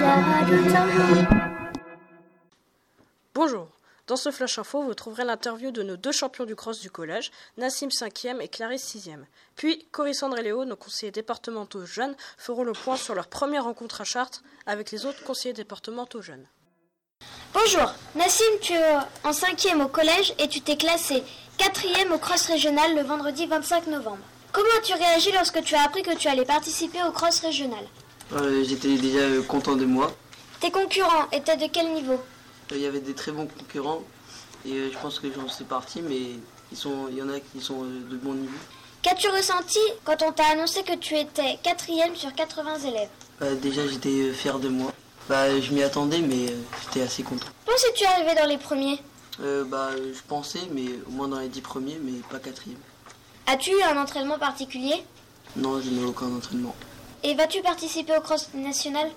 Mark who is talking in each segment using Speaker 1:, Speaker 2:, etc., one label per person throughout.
Speaker 1: la radio Tarbes.
Speaker 2: Bonjour. Dans ce Flash Info, vous trouverez l'interview de nos deux champions du cross du collège, Nassim 5e et Clarisse 6e. Puis, Corissandre et Léo, nos conseillers départementaux jeunes, feront le point sur leur première rencontre à Chartres avec les autres conseillers départementaux jeunes.
Speaker 1: Bonjour, Nassim, tu es en cinquième au collège et tu t'es classé quatrième au cross régional le vendredi 25 novembre. Comment as-tu réagi lorsque tu as appris que tu allais participer au cross régional
Speaker 3: Euh, J'étais déjà euh, content de moi.
Speaker 1: Tes concurrents étaient de quel niveau
Speaker 3: Euh, Il y avait des très bons concurrents et euh, je pense que j'en suis parti, mais ils sont, il y en a qui sont euh, de bon niveau.
Speaker 1: Qu'as-tu ressenti quand on t'a annoncé que tu étais quatrième sur 80 élèves
Speaker 3: Bah, déjà, j'étais euh, fier de moi. Bah, je m'y attendais, mais euh, j'étais assez content.
Speaker 1: Pensais-tu arriver dans les premiers
Speaker 3: Euh, bah, euh, je pensais, mais au moins dans les dix premiers, mais pas quatrième.
Speaker 1: As-tu eu un entraînement particulier
Speaker 3: Non, je n'ai aucun entraînement.
Speaker 1: Et vas-tu participer au cross national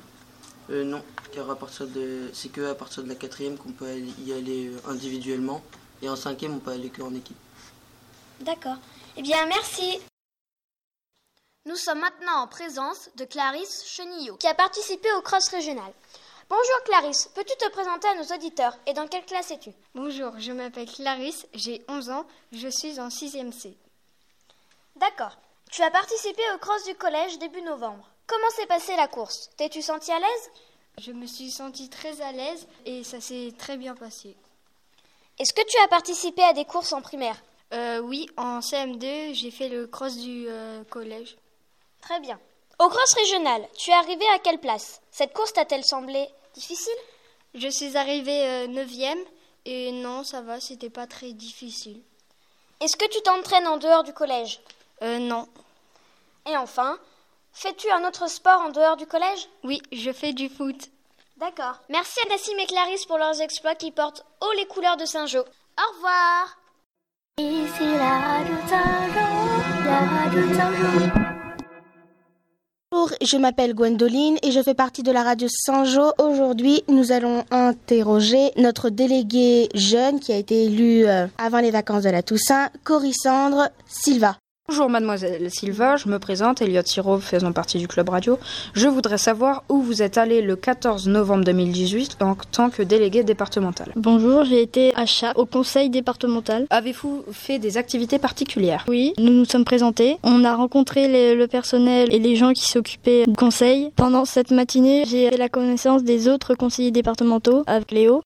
Speaker 3: Euh, non, car à partir de, c'est que à partir de la quatrième qu'on peut aller- y aller euh, individuellement, et en cinquième on peut aller que en équipe.
Speaker 1: D'accord. Eh bien, merci. Nous sommes maintenant en présence de Clarisse Chenillot, qui a participé au cross régional. Bonjour Clarisse, peux-tu te présenter à nos auditeurs et dans quelle classe es-tu
Speaker 4: Bonjour, je m'appelle Clarisse, j'ai 11 ans, je suis en 6e C.
Speaker 1: D'accord. Tu as participé au cross du collège début novembre. Comment s'est passée la course T'es-tu sentie à l'aise
Speaker 4: Je me suis sentie très à l'aise et ça s'est très bien passé.
Speaker 1: Est-ce que tu as participé à des courses en primaire
Speaker 4: Euh, oui, en CM2, j'ai fait le cross du euh, collège.
Speaker 1: Très bien. Au cross régional, tu es arrivée à quelle place Cette course t'a-t-elle semblé difficile
Speaker 4: Je suis arrivée 9e et non, ça va, c'était pas très difficile.
Speaker 1: Est-ce que tu t'entraînes en dehors du collège
Speaker 4: Euh, non.
Speaker 1: Et enfin, fais-tu un autre sport en dehors du collège
Speaker 4: Oui, je fais du foot.
Speaker 1: D'accord. Merci à Nassim et Clarisse pour leurs exploits qui portent haut les couleurs de Saint-Jean. Au revoir
Speaker 5: Ici la radio Saint-Jean, la radio Saint-Jean.
Speaker 6: Bonjour, je m'appelle Gwendoline et je fais partie de la radio Saint-Jean. Aujourd'hui, nous allons interroger notre délégué jeune qui a été élu euh, avant les vacances de la Toussaint, Corissandre Silva.
Speaker 7: Bonjour mademoiselle Silva, je me présente, Elliot Sirov faisant partie du club radio. Je voudrais savoir où vous êtes allé le 14 novembre 2018 en tant que délégué départemental.
Speaker 4: Bonjour, j'ai été à Chat au conseil départemental.
Speaker 7: Avez-vous fait des activités particulières
Speaker 4: Oui, nous nous sommes présentés. On a rencontré les- le personnel et les gens qui s'occupaient du conseil. Pendant cette matinée, j'ai fait la connaissance des autres conseillers départementaux avec Léo.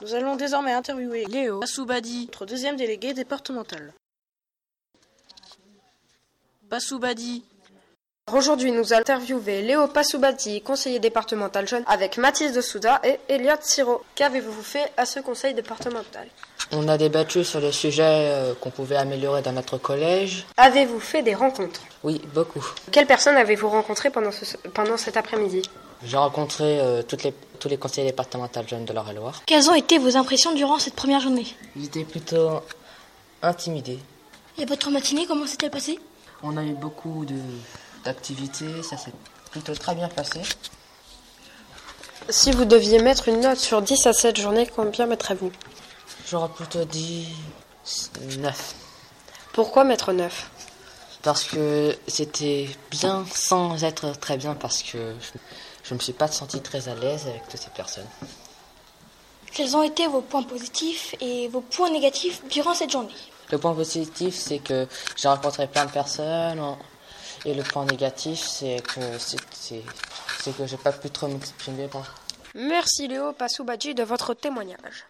Speaker 2: Nous allons désormais interviewer Léo Bassoubadi, notre deuxième délégué départemental. Bassoubadi,
Speaker 8: Aujourd'hui, nous allons interviewer Léo Passoubati, conseiller départemental jeune, avec Mathis de Souda et Elliot Siro. Qu'avez-vous fait à ce conseil départemental
Speaker 9: On a débattu sur les sujets euh, qu'on pouvait améliorer dans notre collège.
Speaker 8: Avez-vous fait des rencontres
Speaker 9: Oui, beaucoup.
Speaker 8: Quelles personnes avez-vous rencontrées pendant, ce- pendant cet après-midi
Speaker 9: J'ai rencontré euh, toutes les, tous les conseillers départementaux jeunes de l'Eure-et-Loire.
Speaker 10: Quelles ont été vos impressions durant cette première journée
Speaker 9: Ils étaient plutôt intimidés.
Speaker 10: Et votre matinée, comment s'est-elle passée
Speaker 9: On a eu beaucoup de- d'activités, ça s'est plutôt très bien passé.
Speaker 8: Si vous deviez mettre une note sur 10 à cette journée, combien mettrez-vous
Speaker 9: J'aurais plutôt dit 9.
Speaker 8: Pourquoi mettre 9
Speaker 9: Parce que c'était bien sans être très bien, parce que je- je ne me suis pas senti très à l'aise avec toutes ces personnes.
Speaker 10: Quels ont été vos points positifs et vos points négatifs durant cette journée
Speaker 9: Le point positif, c'est que j'ai rencontré plein de personnes. en- Et le point négatif, c'est que c'est- c'est c'est que j'ai pas pu trop m'exprimer. moi.
Speaker 8: Merci Léo Passoubati de votre témoignage.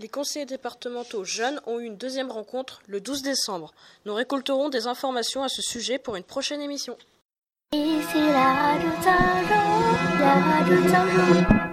Speaker 2: les conseillers départementaux jeunes ont eu une deuxième rencontre le 12 décembre. Nous récolterons des informations à ce sujet pour une prochaine émission.
Speaker 5: Ici la radio Saint-Jean, la radio Saint-Jean.